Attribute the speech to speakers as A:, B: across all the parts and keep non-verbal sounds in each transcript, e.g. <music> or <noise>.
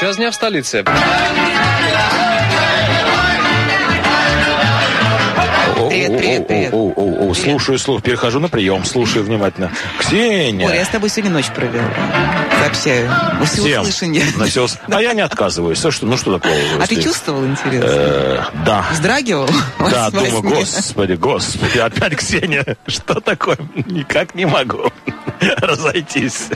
A: Час дня в столице.
B: Привет, привет, привет.
C: Оу, оу, оу, оу. Слушаю слух, перехожу на прием, слушаю внимательно.
B: Оля, я
C: Ксения!
B: с тобой сегодня ночь провел. Сообщаю. На
C: Всем.
B: всеуслышание.
C: На все ус- А я не отказываюсь. А что- Ну что такое?
B: А ты
C: если-
B: чувствовал, интересно?
C: Э, Да.
B: Вздрагивал?
C: Да,
B: <laughs> во сне?
C: думаю, господи, господи, опять Ксения. Что такое? Никак не могу разойтись.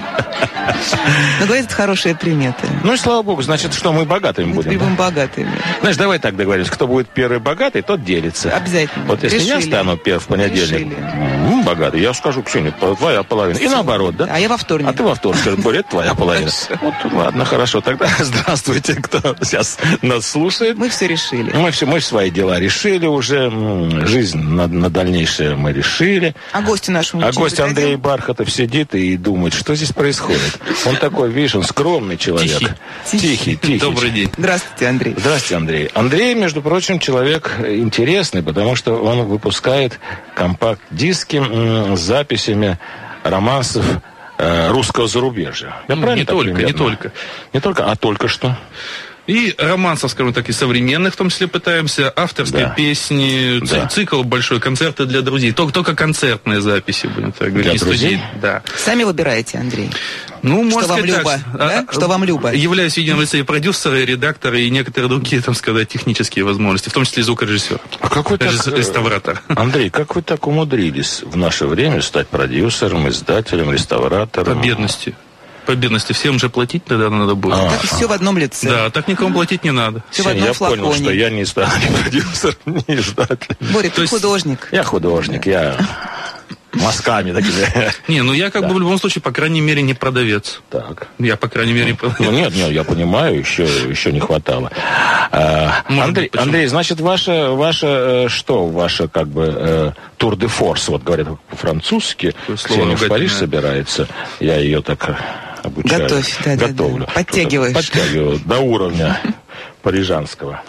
B: Ну, говорят, это хорошие приметы.
C: Ну и слава богу, значит, что мы богатыми
B: Мы
C: будем.
B: теперь будем богатыми.
C: Знаешь, давай так договоримся. Кто будет первый богатый, тот делится.
B: Обязательно.
C: Вот если я
B: Решили.
C: стану первым в понедельник
B: Решили.
C: м, богатый, я скажу, Ксения, по- твоя половина. И наоборот, да?
B: А я во вторник.
C: А ты во вторник скажешь, Боря, это твоя половина. Вот, ладно, хорошо. Тогда <laughs> здравствуйте, кто сейчас нас слушает.
B: Мы все решили.
C: Мы все, мы ж свои дела решили уже. м, Жизнь на, на дальнейшее мы решили.
B: А гостю нашему...
C: А
B: ничего
C: гость
B: не
C: Андрей
B: дадим?
C: Бархатов сидит и думает, что здесь происходит. Он такой, видишь, он скромный человек.
D: Тихий.
C: Тихий, тихий.
D: Добрый день.
B: Здравствуйте, Андрей.
C: Здравствуйте, Андрей. Андрей, между прочим, человек интересный, потому что он выпускает компакт-диски м, с записями романсов э, русского зарубежья. Я
D: Ну,
C: правильно
D: не
C: так
D: только, не
C: примерно?
D: только.
C: Не только, а только что.
D: И романсов, скажем так, и современных, в том числе, пытаемся. Авторские
C: Да.
D: песни, ц-
C: Да.
D: цикл большой, концерты для друзей. Только, только концертные записи, будем так говорить.
C: Для
D: и
C: друзей?
D: студий- Да.
B: Сами выбираете, Андрей.
D: Ну,
B: Что вам
D: так,
B: любо,
D: что-
B: да?
D: а-
B: Что вам любо.
D: Являюсь в едином лице и продюсера, и редактора, и некоторые другие, там сказать, технические возможности, в том числе и звукорежиссер.
C: А как вы так,
D: Рез-
C: э, <laughs>
D: реставратор.
C: Андрей, как вы так умудрились в наше время стать продюсером, издателем,
D: По
C: реставратором?
D: бедности. По бедности. Всем же платить надо, надо будет.
C: А.
B: Так и все в одном лице.
D: Да, так никому платить не надо.
B: Всё в
C: Ксения,
B: одном
C: я
B: флаконе.
C: понял, что я не стану ни <laughs> продюсером, ни издателем.
B: Боря,
D: То
B: ты
D: есть-
B: художник.
C: Я художник, <laughs> я мазками такими.
D: Не, ну я как бы в любом случае, по крайней мере, не продавец.
C: Так.
D: <laughs> Я, по крайней мере, не
C: Ну
D: продавец.
C: нет, нет, я понимаю, еще, еще не хватало. А,
D: Может
C: Андрей,
D: быть, почему?
C: Андрей, значит, ваше, ваше э, что, ваше как бы э, тур де форс, вот говорят по-французски,
D: Такое слово
C: Ксения в Париж
D: ругательное.
C: собирается, я ее так э, обучаю.
B: Готовь, да-да-да.
C: Готовлю.
B: Подтягиваешь.
C: Подтягиваю до уровня парижанского.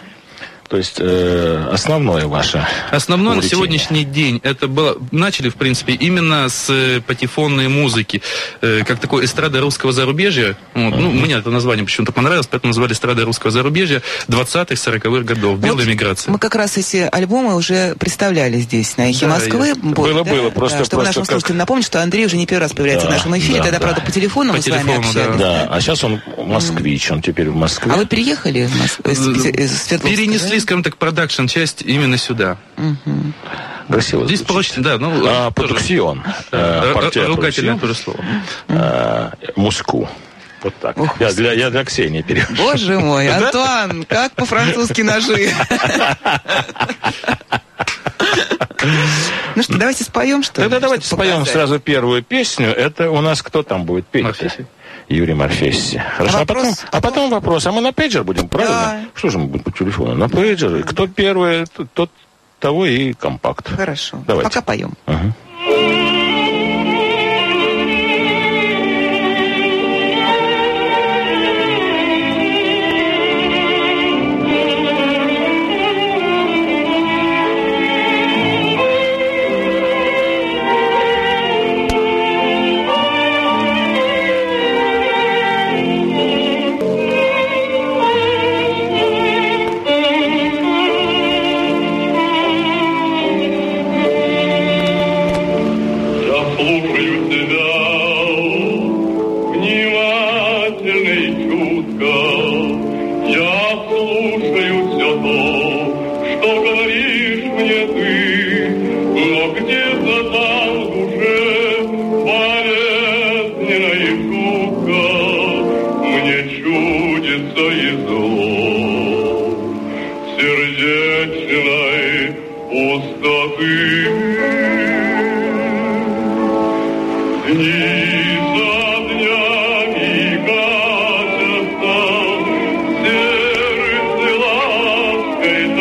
C: То есть э, основное ваше.
D: Основной на
C: увлечение.
D: сегодняшний день это было начали в принципе именно с э, патефонной музыки э, как такой эстрады русского зарубежья. Вот, Ну мне это название почему-то понравилось, поэтому назвали эстрады русского зарубежья 20-х, 40-х годов
B: Вот
D: белой миграции.
B: Мы как раз эти альбомы уже представляли здесь, на эхе
D: Да,
B: Москвы.
D: я-
B: Борь,
C: Было,
B: да?
C: было, просто-
B: Да, чтобы
C: просто
B: нашим
C: как-
B: слушателям напомнить, что Андрей уже не первый раз появляется
C: Да,
B: в нашем эфире.
C: да,
B: Тогда,
C: да.
B: правда, по телефону
D: По
B: мы
D: телефону,
B: с
D: да.
B: вами общались.
C: Да, а сейчас он москвич, он теперь в Москве.
B: А вы переехали в Москву? из Пети- из Свердловска,
D: Э, Перенесли,
B: да?
D: скажем так, продакшн часть именно сюда.
C: Красиво
D: Здесь
C: звучит.
D: проще, да, ну
C: А,
D: тоже,
C: Продуксион.
D: э,
C: э,
D: р-
C: партия
D: ругательное
C: Продуксион.
D: тоже слово.
C: э, Муску. Вот так.
B: Ох,
C: я, для, я для Ксении перехожу.
B: Боже мой, Антуан, как по-французски ножи. Ну что, давайте споем, что ли,
C: Тогда давайте
B: чтобы
C: споем
B: показать?
C: сразу первую песню. Это у нас кто там будет петь?
D: Морфесий.
C: Юрий Морфесси. Хорошо, а,
B: вопрос?
C: потом, а потом вопрос. А мы на пейджер будем, правильно?
B: Да.
C: Что же мы будем по телефону? На пейджер. И Кто первый, т- тот того и компакт.
B: Хорошо.
C: Давайте.
B: Пока поем.
C: Ага.
E: Я слушаю тебя внимательно и чутко. Я слушаю все то, что говоришь мне ты, но где-то там в душе болезненная шутка. Мне чудится и зло сердечной пустоты. Дни за днями катятся, сердце лаской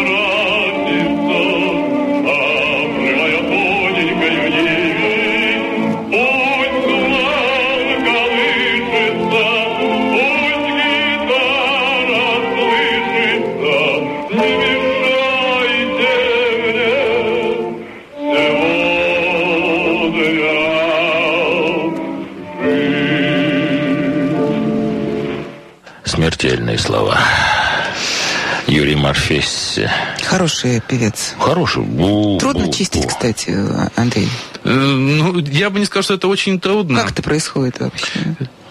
E: тратится, а прямая тоненькою нить пусть туман колышется, пусть гитара слышится, не мешайте мне
C: смертельные слова. Юрий Морфесь.
B: Хороший певец.
C: Хороший. Бу-
B: Трудно
C: бу-
B: чистить,
C: бу.
B: кстати, э, Андрей.
D: Э, Ну, я бы не сказал, что это очень трудно.
B: Как это происходит вообще?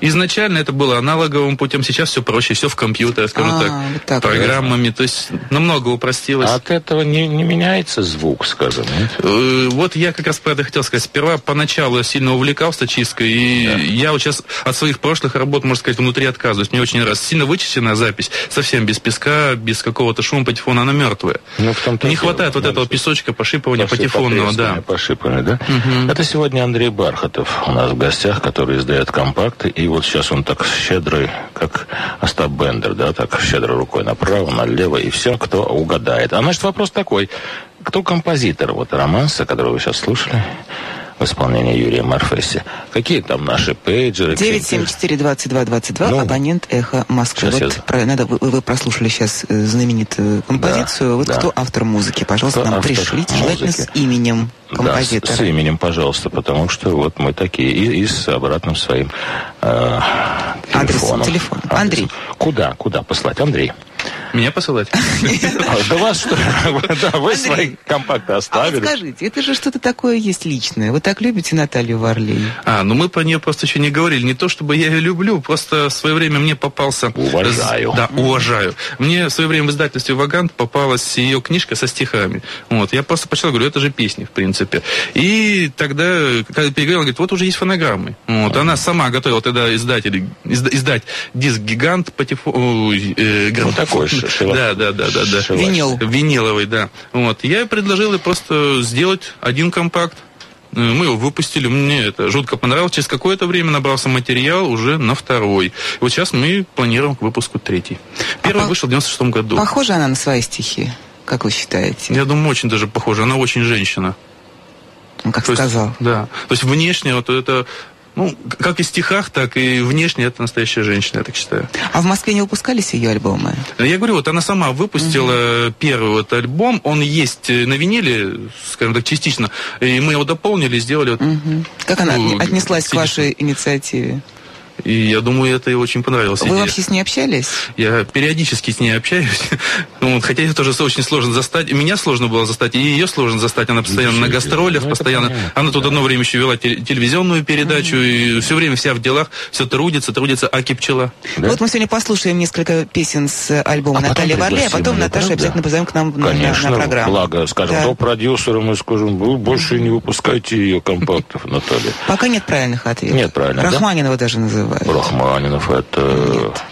D: Изначально это было аналоговым путем, сейчас все проще, все в компьютере, скажем
B: А,
D: так,
B: вот так вот.
D: программами, то есть намного упростилось.
C: От этого не, не меняется звук, скажем. нет?
D: Э, Вот я как раз про это хотел сказать. Сперва поначалу я сильно увлекался чисткой, и я вот сейчас от своих прошлых работ, можно сказать, внутри отказываюсь. Мне очень нравится. Сильно вычищенная запись, совсем без песка, без какого-то шума патефона, она мертвая.
C: Ну, в том-то
D: Не
C: и дело,
D: хватает вот
C: да,
D: этого
C: всё.
D: песочка, пошипывания,
C: Пошли
D: патефонного,
C: потрескивания,
D: да.
C: пошипами, да? Это сегодня Андрей Бархатов у нас в гостях, который издает компакты. И вот сейчас он так щедрый, как Остап Бендер, да, так щедрой рукой направо, налево, и всем, кто угадает. А значит, вопрос такой. Кто композитор вот романса, который вы сейчас слушали, в исполнении Юрия Морфеси? Какие там наши пейджеры? какие-
B: 974-2222,
C: Ну.
B: абонент «Эхо Москвы».
C: Щас я
B: Вот э,
C: за-
B: про- надо, вы, вы прослушали сейчас знаменитую композицию. вот
C: да.
B: кто автор музыки, пожалуйста,
C: Кто
B: нам
C: автор
B: пришлите, желательно с
C: музыки?
B: именем
C: Да, с,
B: композитора.
C: с именем, пожалуйста, потому что вот мы такие. И, и с обратным своим э,
B: Адресом,
C: телефоном.
B: телефоном.
C: Адресом.
B: Андрей.
C: Куда, куда послать? Андрей.
D: Меня посылать?
B: <laughs>
C: А, Да вас что? ли? Да, вы
B: Андрей.
C: свои компакты
B: А вот
C: оставили.
B: скажите, это же что-то такое есть личное. Вы так любите Наталью Варлей?
D: А, ну мы про нее просто еще не говорили. Не то чтобы я ее люблю, просто в свое время мне попался...
C: Уважаю.
D: Да, уважаю. Мне в свое время в издательстве «Вагант» попалась ее книжка со стихами. Вот, я просто почитал, говорю, это же песни, в принципе. И тогда, когда переговорил, говорит, вот уже есть фонограммы. Вот, она сама готовила тогда издатель, изда- издать диск «Гигант» патефо... ой, э, грамм-
C: Ну, такой ш- шила-
D: <laughs> Да, да, да, да. да.
C: шила-
B: Винил.
D: Виниловый, да. Вот. Я предложил ей просто сделать один компакт. Э, Мы его выпустили, мне это жутко понравилось. Через какое-то время набрался материал уже на второй. И вот сейчас мы планируем к выпуску третий. Первый
B: А по-
D: вышел в 96 году.
B: Похожа она на свои стихи, как вы считаете?
D: Я думаю, очень даже похожа. Она очень женщина.
B: Ну, как
D: То есть-
B: сказал.
D: да. То есть внешне вот это... Ну, как и в стихах, так и внешне это настоящая женщина, я так считаю.
B: А в Москве не выпускались ее альбомы?
D: Э, Я говорю, вот она сама выпустила первый вот альбом, он есть э, на виниле, скажем так, частично, и мы его дополнили, сделали. вот.
B: Мгм. Как она
D: Ну,
B: отне- отнеслась к
D: сидишь-
B: вашей инициативе?
D: И я думаю, это ей очень понравилось.
B: А Вы
D: идея.
B: вообще с ней общались?
D: Я периодически с ней общаюсь, <laughs> Ну, вот, хотя это тоже очень сложно застать. И Меня сложно было застать, и ее сложно застать. Она постоянно на
C: Действительно.
D: гастролях,
C: Ну, это
D: постоянно.
C: понятно,
D: Она тут одно время еще вела те- телевизионную передачу, и все время вся в делах, все трудится, трудится, а аки пчела.
C: Да.
B: Вот мы сегодня послушаем несколько песен с э, альбома
C: А потом
B: Натальи Варлей, а
C: пригласим
B: потом
C: ее,
B: Наташу
C: правда?
B: обязательно позовем к нам на- на-
C: Конечно,
B: на, программу.
C: благо, скажем,
B: Да.
C: то продюсеру мы скажем, вы больше не выпускайте ее компактов, Наталья.
B: Пока нет правильных ответов.
C: Нет правильных, да?
B: Рахманинова даже называют.
C: Рахманинов, это...
B: Нет.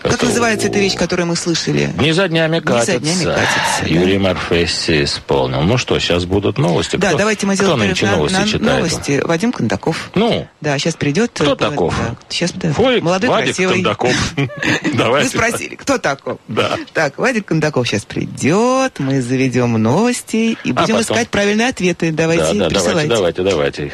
B: Как
C: это-
B: называется эта вещь, которую мы слышали?
C: Дни за днями катится.
B: днями катится, да.
C: Юрий Морфесси исполнил. Ну что, сейчас будут новости.
B: Да,
C: Кто-
B: давайте мы
C: кто
B: сделаем перерыв
C: нынче
B: на-
C: новости
B: на
C: читает?
B: новости. Вадим Кондаков.
C: Ну,
B: Да, сейчас придет.
C: Кто таков?
B: Сейчас, да.
C: Вадик
B: Э, Молодой,
C: Вадик
B: красивый. Ну,
C: Кондаков.
B: <laughs> Вы
C: Давайте.
B: спросили, кто таков?
C: Да.
B: Так, Вадик Кондаков сейчас придет, мы заведем новости и будем
C: А потом.
B: искать правильные ответы.
C: Да,
B: Давайте
C: да, давайте,
B: присылайте.
C: давайте, давайте.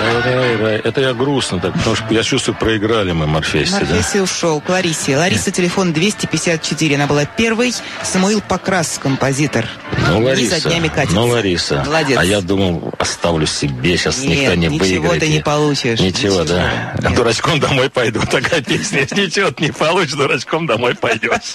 C: Рай-рай-рай. Это я грустно так, потому что я чувствую, проиграли мы Морфесси, да?
B: Морфесий ушел к Ларисе. Лариса, телефон 254. Она была первой. Самуил Покрас, композитор.
C: Ну,
B: Дни
C: Лариса,
B: за днями катится.
C: ну, Лариса.
B: Молодец.
C: А я думал, оставлю себе, сейчас
B: Нет,
C: никто не
B: ничего
C: выиграет.
B: ты не получишь.
C: Ничего,
B: Ничего.
C: да. А
B: Нет.
C: Дурачком домой пойду, такая песня. Ничего ты не получишь, дурачком домой пойдешь.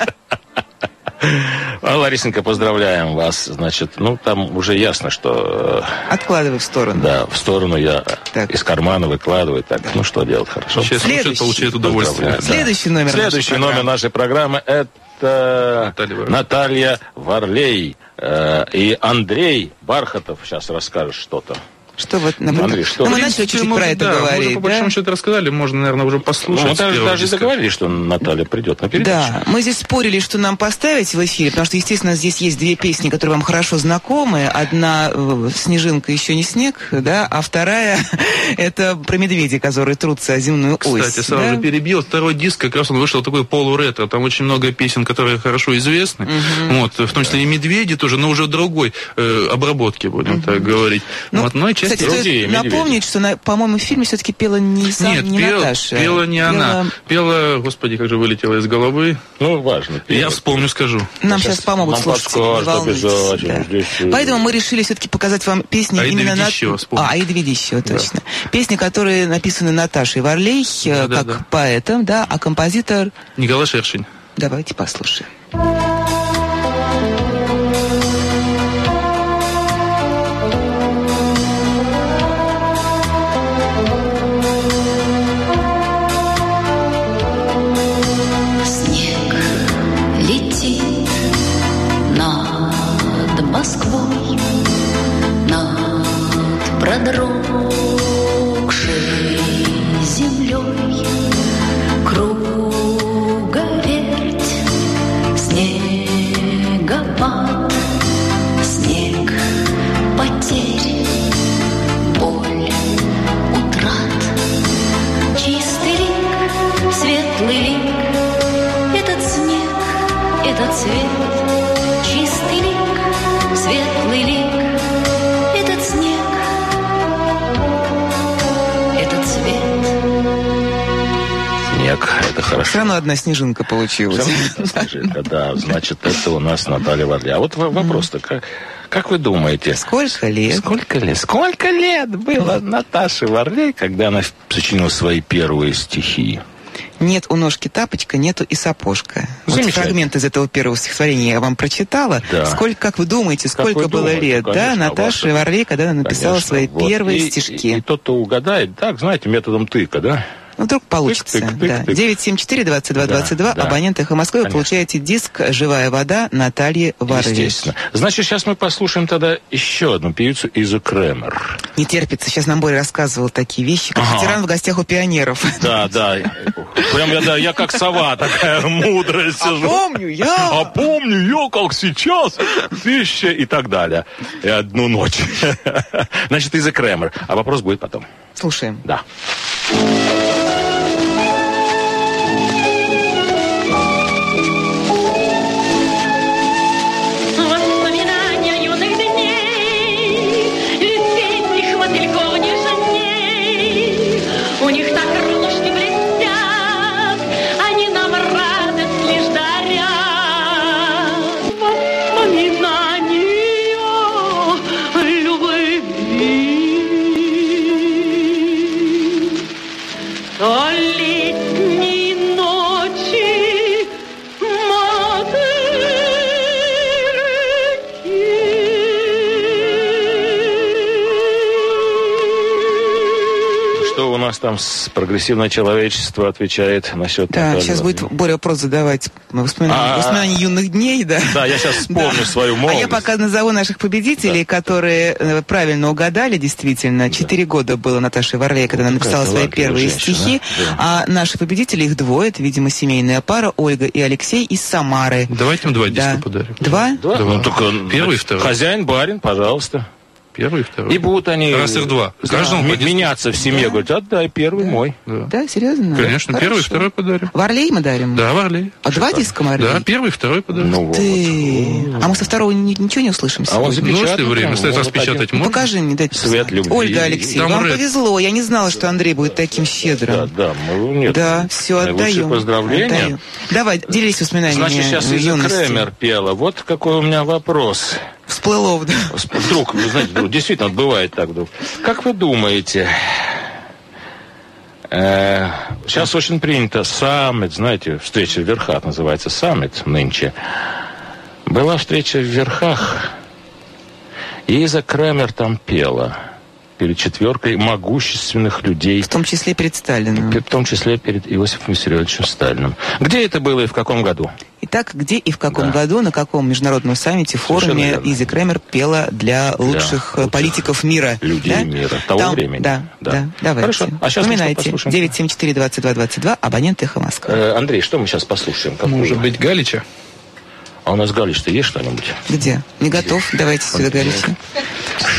C: А, Ларисенька, поздравляем вас. Значит, ну, там уже ясно, что, э,
B: Откладывай в сторону.
C: да, в сторону я
B: Так.
C: из кармана выкладываю. Так, ну, что делать, хорошо?
D: Сейчас
B: Следующий.
D: лучше получает удовольствие.
C: Поздравляю, да.
B: Следующий номер
C: Следующий
B: нашей
C: номер нашей программы это
D: Наталья Варлей.
C: Наталья Варлей э, и Андрей Бархатов сейчас расскажет что-то.
B: Что вот, например,
C: Андрей, что?
B: ну, мы
C: В
B: начали чуть-чуть
D: Может,
B: про это
D: да, мы уже
B: говорить,
D: по большому
B: да?
D: счету рассказали, можно, наверное, уже
C: Ну,
D: послушать.
C: мы
D: с
C: даже,
D: первого
C: даже
D: диска.
C: договорились, что Наталья придет на передачу.
B: Да, мы здесь спорили, что нам поставить в эфире, потому что, естественно, здесь есть две песни, которые вам хорошо знакомы. Одна э, «Снежинка, еще не снег», да, а вторая <laughs> это про медведя, которые трутся о земную ось.
D: Кстати, сразу
B: да?
D: же перебил. Второй диск, как раз он вышел такой полуретро. Там очень много песен, которые хорошо известны. Вот, в том числе и «Медведи» тоже, но уже другой э, обработки, будем так говорить.
B: Ну,
D: вот, ну и части.
B: Кстати,
C: Другие
B: стоит
C: медведи.
B: напомнить, что, на- по-моему, в фильме все-таки пела не сам,
D: Нет,
B: не
D: пел-
B: Наташа.
D: пела не она. Пела, господи, как же вылетела из головы.
C: Ну, важно.
D: Я вспомню, скажу.
B: Нам
C: Сейчас
B: сейчас, помогут
C: нам
B: слушатели,
C: подскажут
B: не волнуйтесь,
C: обязательно,
B: да.
C: здесь, э,
B: Поэтому мы решили все-таки показать вам песни
D: А Аида
B: именно
D: Ведищева, вспомнил.
B: А, Аида Ведищева, точно. Песни, которые написаны Наташей Варлей, э,
D: Да-да-да.
B: как поэтом, да, а композитор...
D: Николай Шершень.
B: Давайте послушаем.
A: Снег летит над Москвой, над продрогшей землей. Круговерть, снегопад, снег потерь, боль утрат. Чистый век, светлый век, этот снег, этот свет, чистый лик, светлый лик, этот снег, этот свет.
C: Снег, это
B: Все
C: хорошо.
B: равно одна снежинка получилась.
C: Снежинка, Да, значит, это у нас Наталья Варля. А вот во- вопрос-то, как, как вы думаете,
B: Сколько лет?
C: сколько лет, сколько лет было Наташе Варлей, когда она сочинила свои первые стихи?
B: Нет у ножки тапочка, нету и сапожка. Вот
C: Замечательно.
B: фрагмент из этого первого стихотворения я вам прочитала.
C: Да.
B: Сколько, как вы думаете, сколько
C: вы
B: было
C: думаете,
B: лет, да,
C: конечно,
B: Наташе
C: ваша-
B: Варлей, когда она написала
C: Конечно,
B: свои
C: вот.
B: первые
C: И-
B: стишки?
C: И, и тот, кто угадает, так, знаете, методом тыка, да?
B: Ну, вдруг получится.
C: Тык, тык, тык,
B: да.
C: тык.
B: 974-2222,
C: Да, да.
B: абонент «Эхо Москвы». Вы
C: Конечно.
B: получаете диск «Живая вода» Натальи Варви.
C: Естественно. Значит, сейчас мы послушаем тогда еще одну певицу Изу Кремер.
B: Не терпится. Сейчас нам Боря рассказывал такие вещи, как
C: Ага.
B: ветеран в гостях у
C: <laughs>
B: пионеров.
C: Да, да. Прям я, да, я как сова такая <laughs> мудрая сижу.
B: Помню я.
C: А помню я, как сейчас, тысяча и так далее. И одну ночь. <laughs> Значит, Иза Кремер. А вопрос будет потом.
B: Слушаем.
C: Да.
F: Воспоминания юных дней, весенних мотыльков нежней. У них так крылышки блестят, они нам радость лишь дарят. Воспоминания любви. То летней ночи мотыльки.
C: Что у нас там с прогрессивное человечество отвечает насчет...
B: Да,
C: Натальи
B: сейчас будет
C: Владимировны?
B: Боря вопрос задавать воспоминания,
C: А-а-а.
B: воспоминания юных дней, да.
C: А, Да, я сейчас вспомню
B: Да.
C: свою
B: А
C: молодость.
B: я пока назову наших победителей, которые э, правильно угадали, действительно. Четыре года было Наташе Варлей, когда она
C: такая
B: написала свои
C: талантливая
B: первые
C: женщина,
B: стихи. А наши победители, их двое, это, видимо, семейная пара, Ольга и Алексей из Самары.
D: Давайте им два диска
B: Да.
D: подарим.
B: Два?
C: Да,
D: Да.
C: ну только
D: Первый и второй.
C: Хозяин, барин, пожалуйста.
D: Первый и второй.
C: И будут они
D: Раз их два.
C: Да,
D: Каждому
C: ме-
D: по диску.
C: меняться в семье. Говорят, отдай, первый мой.
D: Да.
B: Да, серьезно?
D: Конечно,
B: Хорошо.
D: первый и второй подарим.
B: Варлей мы дарим?
D: Да, Варлей.
B: А два диска Варлей?
D: Да, первый и второй подарим.
C: Ну вот.
B: Ты. А мы со второго ни- ничего не услышим
C: А он
B: сегодня?
C: запи-
D: Ну, если
C: печатать
D: время,
C: там,
D: кстати,
C: может,
D: распечатать
C: один.
D: можно.
B: Покажи мне, дайте
C: Свет
B: посмотреть.
C: любви.
B: Ольга Алексей,
D: Там
B: вам
D: рэп.
B: повезло. Я не знала, что Андрей будет таким
C: Да,
B: щедрым.
C: да, мы, нет.
B: Да, все,
C: Наилучшие
B: отдаем.
C: поздравления.
B: Отдаю. Давай, делись воспоминаниями
C: Значит, сейчас Иза
B: юности.
C: Кремер пела. Вот какой у меня вопрос.
B: Всплыло. вдруг.
C: Вдруг, вы знаете, вдруг, действительно, вот бывает так вдруг. Как вы думаете, э, сейчас очень принято саммит, знаете, встреча в верхах называется саммит нынче. Была встреча в верхах, и Иза Кремер там пела перед четверкой могущественных людей
B: В том числе перед Сталиным.
C: в том числе перед Иосифом Виссарионовичем Сталиным. Где это было и в каком году?
B: Итак, где и в каком
C: Да.
B: году, на каком международном саммите,
C: Совершенно
B: форуме
C: верно.
B: Изи Кремер пела для лучших э,
C: лучших
B: политиков мира?
C: людей
B: да?
C: мира того
B: Там-
C: времени.
B: Да,
C: Да.
B: да, давайте.
C: Хорошо. А сейчас мы что
B: Вспоминайте.
C: послушаем?
B: 974-2222, абонент «Эхо Москвы».
C: Э, Андрей, что мы сейчас послушаем? Какую?
D: Может быть, Галича?
C: А у нас галич-то есть что-нибудь?
B: Где? Не готов? Давайте сюда говорите.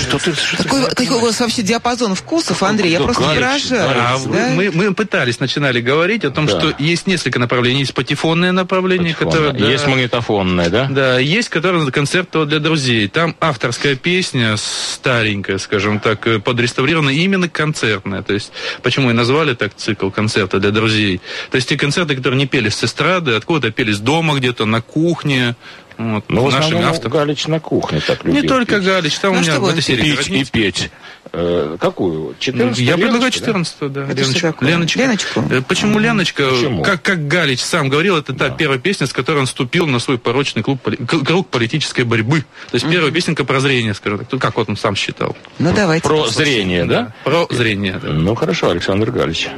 C: Что ты... что ты-
B: Какой, какой у вас вообще диапазон вкусов, Андрей? Я
C: Да,
B: просто
C: Ну, Галич,
D: А
B: поражаюсь.
D: вы-
B: да?
D: мы, мы пытались, начинали говорить о том,
C: Да.
D: что есть несколько направлений. Есть патефонное направление, которое... да.
C: Есть магнитофонная, да?
D: Да, есть, который концерт для друзей. Там авторская песня, старенькая, скажем так, э, подреставрированная, именно концертная. То есть, почему и назвали так цикл концерта для друзей. То есть, те концерты, которые не пелись с эстрады, откуда-то пелись дома где-то, на кухне, вот,
C: Ну, в
D: нашими
C: основном
D: авторами.
C: галич на кухне так
D: Не
C: любил
D: только
C: петь.
D: Галич, там
B: Ну,
D: у меня
B: что
D: в
B: вы
D: этой
B: петь?
D: серии...
C: Петь и петь. Э, какую? 14
D: Ну, Я предлагаю
C: Леночку, да?
D: 14 да.
B: Это что такое?
D: Леночка.
B: Леночку?
D: Э, Почему Леночка?
C: Почему?
D: Как, как Галич сам говорил, это та первая песня, с которой он вступил на свой порочный клуб, поли- к- круг политической борьбы. То есть первая песенка про зрение, скажем так. Ну, Как вот он сам считал.
B: Ну, давайте.
C: Про зрение, да?
D: Про зрение. да.
C: Ну, хорошо, Александр Галич.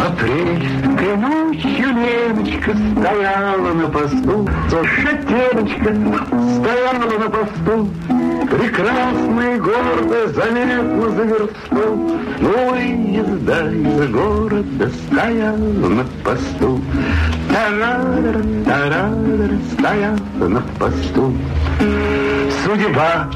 G: Апрельской ночью Леночка стояла на посту, Шатеночка стояла на посту, Прекрасная и гордая заметно за версту, Ну и езда из города стояла на посту, Тарадара, тарадара, стояла на посту. Судьба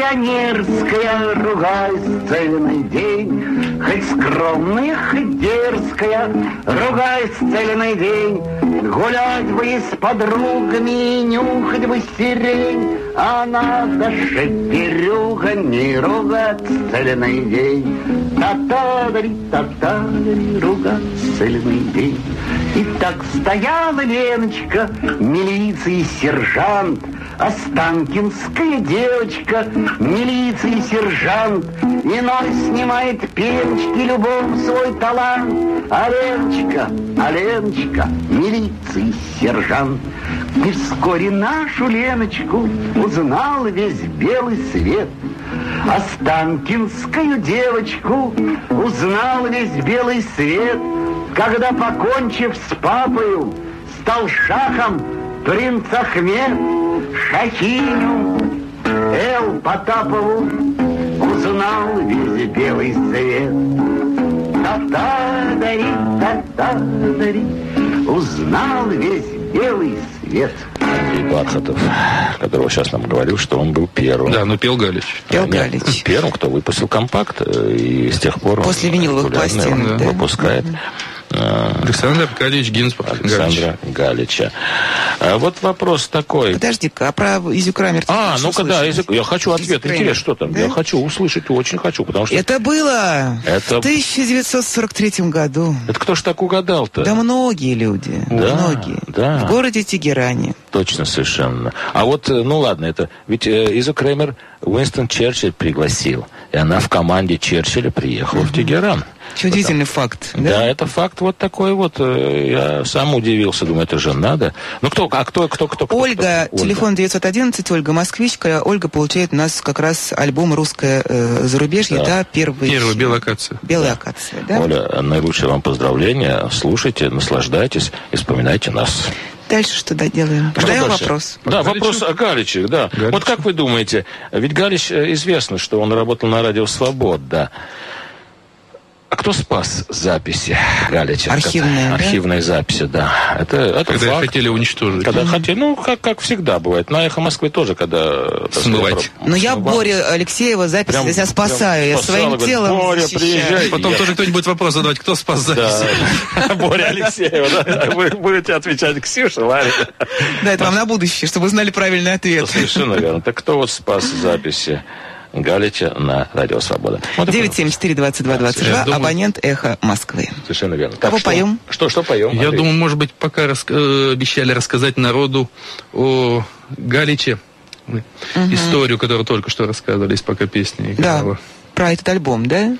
G: милиционерская, ругай целый день, Хоть скромная, хоть дерзкая, ругай целый день, Гулять бы и с подругами, и нюхать бы сирень, А надо шеперюга не ругать целый день, Татадари, татадари, ругать целый день. И так стояла Леночка, милиции сержант, Останкинская девочка, милиции сержант, Иной снимает пеночки любом свой талант. А Леночка, а Леночка, милиции сержант. И вскоре нашу Леночку узнал весь белый свет. Останкинскую девочку узнал весь белый свет, Когда, покончив с папою, стал шахом принц Ахмед Шахиню Эл Потапову узнал весь белый свет. Татадари, татадари, узнал весь белый свет.
C: И Бархатов, которого сейчас нам говорил, что он был первым.
D: Да, но пел Галич.
B: Пел
C: Нет,
B: Галич.
C: Первым, кто выпустил компакт, э, и с тех пор он
B: После виниловых
C: регулярно
B: пластинок,
C: его
B: да.
C: выпускает. э,
D: Александр Аркадьевич Гинзбург. Галич.
C: Александра Галича. А вот вопрос такой.
B: Подожди-ка, а про Изю Крамер? ты
C: А,
B: хочешь
C: ну-ка, да,
B: услышать?
C: язык- я хочу ответ.
B: Крамер.
C: Интересно, что там?
B: Да?
C: Я хочу услышать, очень хочу, потому что... Это,
B: Это было
C: Это-
B: в 1943 году.
C: кто ж так угадал-то?
B: Да многие люди,
C: Да,
B: многие.
C: да.
B: В городе Тегеране.
C: Точно, совершенно. А вот, э, ну ладно, это... Ведь э, Иза Кремер Уинстон Черчилль пригласил. И она в команде Черчилля приехала в Тегеран.
B: Очень удивительный факт.
C: Да? это факт вот такой вот. э, Я сам удивился, думаю, это же надо. Ну кто, а кто, кто, кто? кто
B: Ольга,
C: кто?
B: телефон 911, Ольга Москвичка. Ольга получает у нас как раз альбом «Русское э, зарубежье», да, первый.
D: Первая белая акация.
B: Белая акация, да?
C: Оля, наилучшие вам поздравления. Слушайте, наслаждайтесь и вспоминайте нас.
B: Дальше что доделаем?
C: Что
B: Задаем
C: дальше?
B: вопрос.
C: Да,
D: Галичу?
C: вопрос о Галиче, да.
D: Галичу.
C: Вот как вы думаете, ведь Галич э, известно, что он работал на радио «Свобода». А кто спас записи Галича?
B: Архивные, да?
C: Архивные записи, да. Это, это
D: Когда их
C: факт.
D: хотели уничтожить.
C: Когда хотели, ну, как, как всегда бывает. На «Эхо Москвы» тоже, когда... э, так
D: Смывать.
C: про-
B: Но Ну, я
C: смывал.
B: Боре Алексеева запись
C: Ну, Прям-
B: я тебя спасаю. Я
C: прям спасала,
B: своим
C: говорит,
B: телом
C: «Боря,
B: защищаю».
C: приезжай.
D: Потом
C: Я-
D: тоже кто-нибудь вопрос задавать, кто спас записи.
C: Да. Боря Алексеева, да. Вы будете отвечать Ксюша, Ларри.
B: Да, это вам на будущее, чтобы вы знали правильный ответ.
C: Совершенно верно. Так кто вот спас записи Галича на Радио Свобода? Вот такой
B: 973-2222,
D: Я думаю-
B: абонент «Эхо Москвы».
C: Совершенно верно.
B: Кого
C: что,
B: поем?
C: Что, что поем?
D: Я
C: Андрей?
D: думаю, может быть, пока рас- э, обещали рассказать народу о Галиче, Ой, историю, которую только что рассказывались, пока песни
B: Да,
D: играла.
B: про этот альбом, да?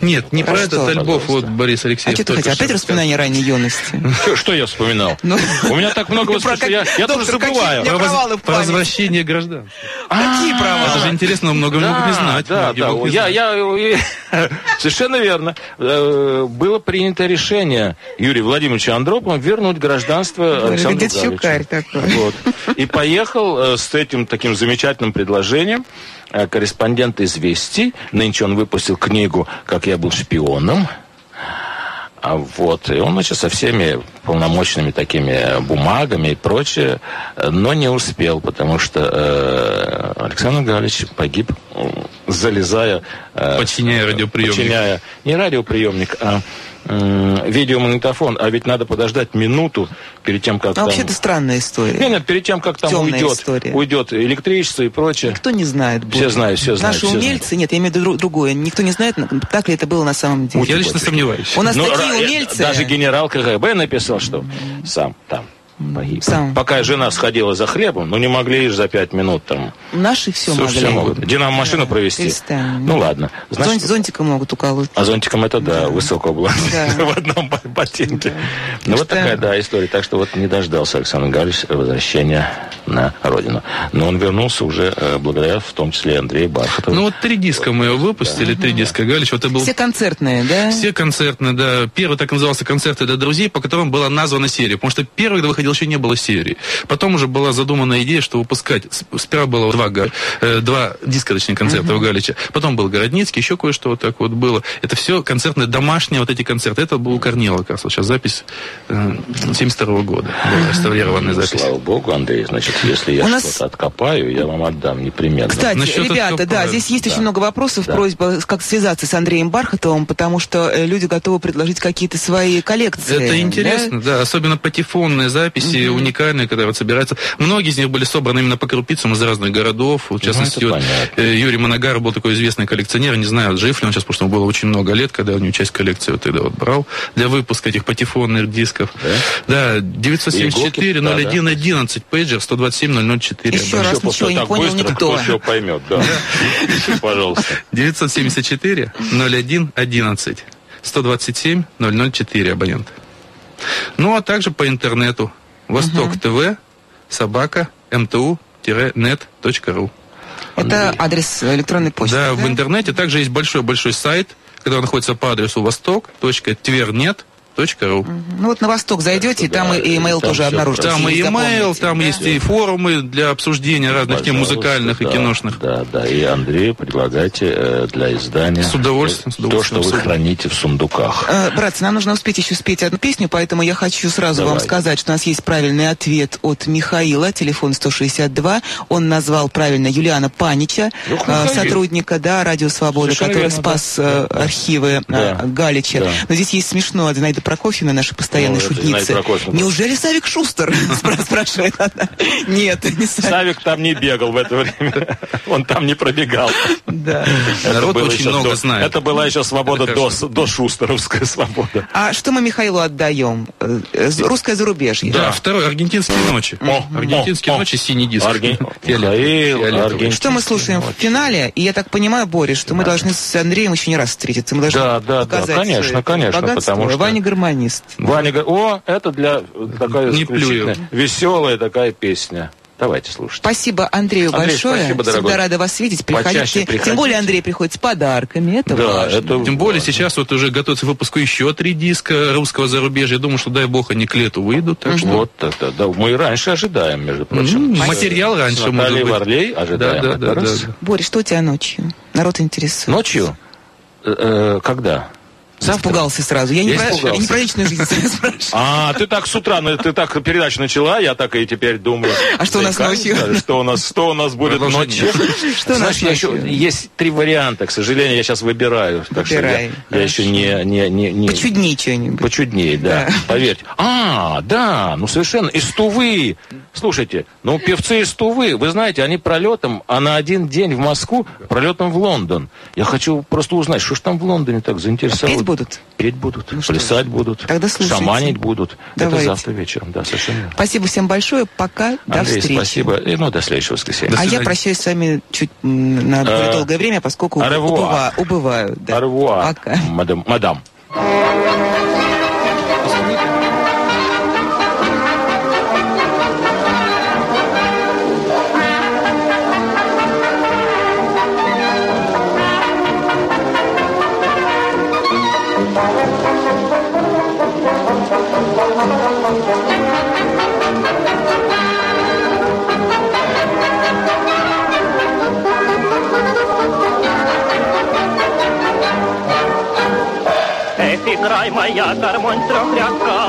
D: Нет, не
B: Про
D: про,
B: что?
D: этот альбом, вот
C: Пожалуйста.
D: Борис Алексеевич.
B: А что ты
D: только
B: хотел?
D: что
B: Опять
D: рассказал.
B: воспоминания ранней юности?
C: <laughs> Что, что я вспоминал?
B: Ну.
C: У меня так много
B: Ну, про
C: воспоминаний, что я,
B: как-
C: я тоже
B: доктор, какие
C: забываю.
B: у меня
D: Про, воз-
B: провалы в
D: про
B: памяти.
D: возвращение граждан.
B: Какие
D: Это же
B: права?
D: интересно, много могут не знать.
C: да,
D: многие
C: да.
D: могут не
C: Я,
D: знать.
C: я, э, <laughs> совершенно верно. Э, Было принято решение Юрия Владимировича Андропова вернуть гражданство Александру
B: Дед Щукарь
C: Галичу.
B: такой.
C: Вот. И поехал э, с этим таким замечательным предложением э, корреспондент «Известий». Нынче он выпустил книгу «Как я был шпионом». А Вот. И он, значит, со всеми полномочными такими бумагами и прочее, э, но не успел, потому что э, Александр Галич погиб, э, залезая... э,
D: Подчиняя радиоприемник.
C: подчиняя не радиоприемник, а м, видеомагнитофон. А ведь надо подождать минуту перед тем, как
B: Ну,
C: там...
B: вообще-то странная история.
C: Не, не, перед тем, как там
B: Темная
C: уйдет,
B: история.
C: уйдет электричество и прочее.
B: Никто не знает. будет.
C: Все знают, все знают,
B: Наши
C: все
B: умельцы, нет, я имею в виду дру- другое. Никто не знает, на- так ли это было на самом деле.
D: Я лично сомневаюсь.
B: У нас
C: Ну,
B: такие
C: ра- э,
B: умельцы.
C: Даже генерал КГБ написал, что сам там погиб.
B: Сам.
C: Пока жена сходила за хлебом, ну не могли же за пять минут там.
B: Наши все,
C: Всё-
B: могли.
C: всё могут. Динамо-машину
B: Да,
C: провести.
B: представим.
C: Ну ладно.
B: Зон-
C: Значит,
B: зонтика могут уколоть.
C: а зонтиком это да, высокого было <laughs>
B: Да.
C: в одном бо- ботинке. Ну
B: Так
C: вот
B: что-
C: такая, да, история. Так что вот не дождался Александр Галич возвращения на родину. Но он вернулся уже э, благодаря в том числе Андрею Бархатову.
D: Ну вот три диска мы его выпустили, три диска Галич. Вот это был
B: Все концертные, да?
D: Все концертные, да. Первый так назывался «Концерты для друзей», по которым была названа серия. Потому что первый, когда выходил, еще не было серии. Потом уже была задумана идея, что выпускать... с- Сперва было два, га- э, два диска, точнее, концерта у Галича. Потом был Городницкий, еще кое-что вот так вот было. Это все концертные, домашние вот эти концерты. Это был у Корнила, как раз вот сейчас запись э, 72 года. Была реставрированная
C: Ну,
D: запись.
C: Слава богу, Андрей, значит, если я
B: У нас-
C: что-то откопаю, я вам отдам непременно.
B: Кстати,
D: Насчет
B: ребята,
D: этого
B: да,
D: правильно.
B: здесь есть очень много вопросов,
C: Да.
B: просьба, как связаться с Андреем Бархатовым, потому что э, люди готовы предложить какие-то свои коллекции. да?
D: Это интересно, да? особенно патефонные записи, уникальные, когда вот собираются. Многие из них были собраны именно по крупицам из разных городов. Вот, В
C: Ну,
D: частности,
C: это
D: вот,
C: понятно.
D: э, Юрий Моногар был такой известный коллекционер, не знаю, жив ли он сейчас, потому что ему было очень много лет, когда у него часть коллекции вот тогда вот брал для выпуска этих патефонных дисков. Да,
C: Иголки, да, да.
D: 974-0111, пейджер 127-004.
B: Еще раз.
C: Всё
B: ничего
C: просто
B: не
C: так
B: понял
C: быстро,
B: никто.
C: кто всё поймет, да. Пожалуйста.
D: 974 01 11 127 004 абонент. Ну а также по интернету Восток ТВ собака мту нет.ру.
B: Это адрес электронной почты.
D: Да, в интернете также есть большой-большой сайт, который находится по адресу восток.твернет.ру.
B: Ну вот на восток зайдете, и там
C: Да,
B: и имейл
C: там
B: тоже
C: всё
B: обнаружите.
D: Там и
B: если
D: e-mail,
B: запомните,
D: там
B: да.
D: есть и форумы для обсуждения разных тем
C: Пожалуйста,
D: музыкальных и
C: да,
D: киношных.
C: Да, да. И Андрею предлагайте э, для издания
D: С удовольствием, с
C: то, что
D: удовольствием
C: вы
D: обсудим.
C: храните в сундуках.
B: Э, Братцы, нам нужно успеть еще спеть одну песню, поэтому я хочу сразу вам
C: Давай.
B: сказать, что у нас есть правильный ответ от Михаила, телефон 162. Он назвал правильно Юлиана Панича,
C: Ну,
B: э,
C: Михаил.
B: сотрудника да, Радио Свобода,
C: Совершенно
B: который
C: верно,
B: спас э, архивы э,
C: Да.
B: Галича.
C: Да.
B: Но здесь есть смешно от Зинаиды Прокофьевны, нашей постоянной
C: Ну, это
B: шутницы.
C: Зинаида Прокофьевна.
B: Неужели Савик Шустер?
C: <laughs>
B: Спра- Спрашивает она. Нет, не Савик.
C: Савик там не бегал в это время. Он там не пробегал.
B: Да.
C: Это
D: Народ
C: было
D: очень
C: еще
D: много
C: до-
D: знает.
C: Это была еще свобода
D: Это
C: до,
D: хорошо.
C: до Шустеровская свобода.
B: А что мы Михаилу отдаем? Э, э, Русское зарубежье.
D: Да, второй аргентинские ночи.
C: О,
D: аргентинские
C: о,
D: ночи, синий диск. <laughs>
C: Арген-
D: Фиолетовый,
C: Михаил,
D: фиолетовый.
C: Арген-
B: Что мы слушаем в финале? И я так понимаю, Боря, что мы должны с Андреем еще не раз встретиться. Мы должны
C: Да, да, да,
B: показать
C: конечно,
B: своё
C: конечно,
B: богатство.
C: потому что-
B: Ваня гармонист.
C: Ваня говорит, о, это для э, такая
D: Не
C: исключительно веселая такая песня. Давайте слушать.
B: Спасибо Андрею
C: Андрей,
B: большое.
C: спасибо, дорогой.
B: Всегда рада вас видеть. Приходите.
C: Почаще приходите.
B: Тем более Андрей приходит с подарками. Это важно.
D: Тем
C: важно.
D: более сейчас вот уже готовится к выпуску еще три диска русского зарубежья. Я думаю, что дай бог они к лету выйдут. Так что
C: Вот это, да. Мы и раньше ожидаем, между прочим.
D: Ну,
C: С-
D: материал раньше,
C: С Натальей
D: может быть.
C: Варлей ожидаем.
D: Да, да,
C: это
D: да,
C: раз.
D: да,
B: Боря, что у тебя ночью? Народ интересует.
C: Ночью? Э, э, Когда? Ну, Завтра?
B: Испугался сразу. Я,
C: Я
B: не, про,
C: испугался.
B: я не про личную жизнь спрашиваю.
C: А, ты так с утра, ну, ты так передачу начала, я так и теперь думаю.
B: А что у нас
C: «Да,
B: ночью?»
C: конечно, Что у нас, что у нас будет
D: Продолжение.
C: ночью?
B: <laughs> Что у нас
C: Знаешь, я еще,
B: ночью?
C: есть три варианта, к сожалению, я сейчас выбираю. Так что я,
B: Выбирай.
C: я еще не... не, не, не-
B: Почуднее что-нибудь.
C: Почуднее, да.
B: Да.
C: Поверьте. А, да, ну совершенно. Из Тувы. Слушайте, ну певцы из Тувы, вы знаете, они пролетом, а на один день в Москву, пролетом в Лондон. Я хочу просто узнать, что ж там в Лондоне так заинтересовало.
B: Петь будут?
C: Петь будут,
B: Ну что ж.
C: плясать будут,
B: Тогда слушайте.
C: шаманить будут.
B: Давайте.
C: Это завтра вечером, да, совершенно. верно.
B: Спасибо всем большое. Пока. до
C: Андрей,
B: встречи.
C: спасибо. И, ну, до следующего воскресенья.
D: До
B: а я
D: свидания.
B: прощаюсь с вами чуть м, на более
C: Э,
B: долгое время, поскольку
C: au revoir.
B: убыва- убываю. да.
C: Au revoir,
B: Пока.
C: мадам. мадам.
G: Эх,
E: играй, моя гармонь трехрядка.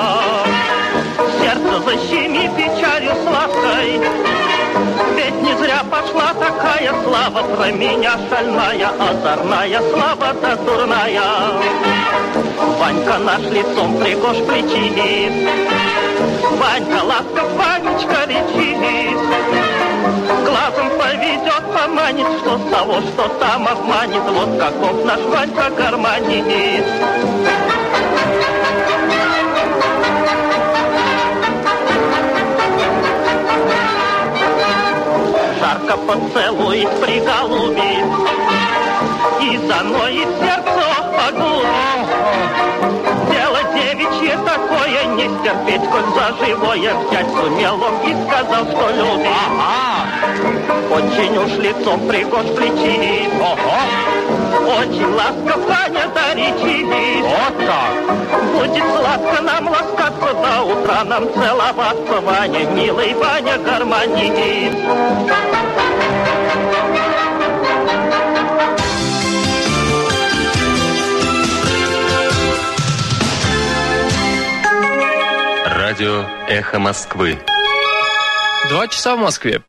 E: Сердце защеми печалью сладкой, ведь не зря пошла такая слава про меня шальная, озорная, слава да дурная. Ванька наш лицом пригож причинит, Ванька ласка, Ванечка речинит. Глазом поведет, поманит, что с того, что там обманет, вот каков наш Ванька гармонист. жарко поцелует, приголубит И заноет сердце погубит Дело девичье такое не стерпеть, коль за живое взять сумел он и сказал, что любит. Очень уж лицом пригож плечи, очень ласков Ваня доречивит. Вот Будет сладко нам ласкаться до утра, нам целоваться, Ваня, милый Ваня, гармонист.
H: Радио «Эхо Москвы».
I: Два часа в Москве.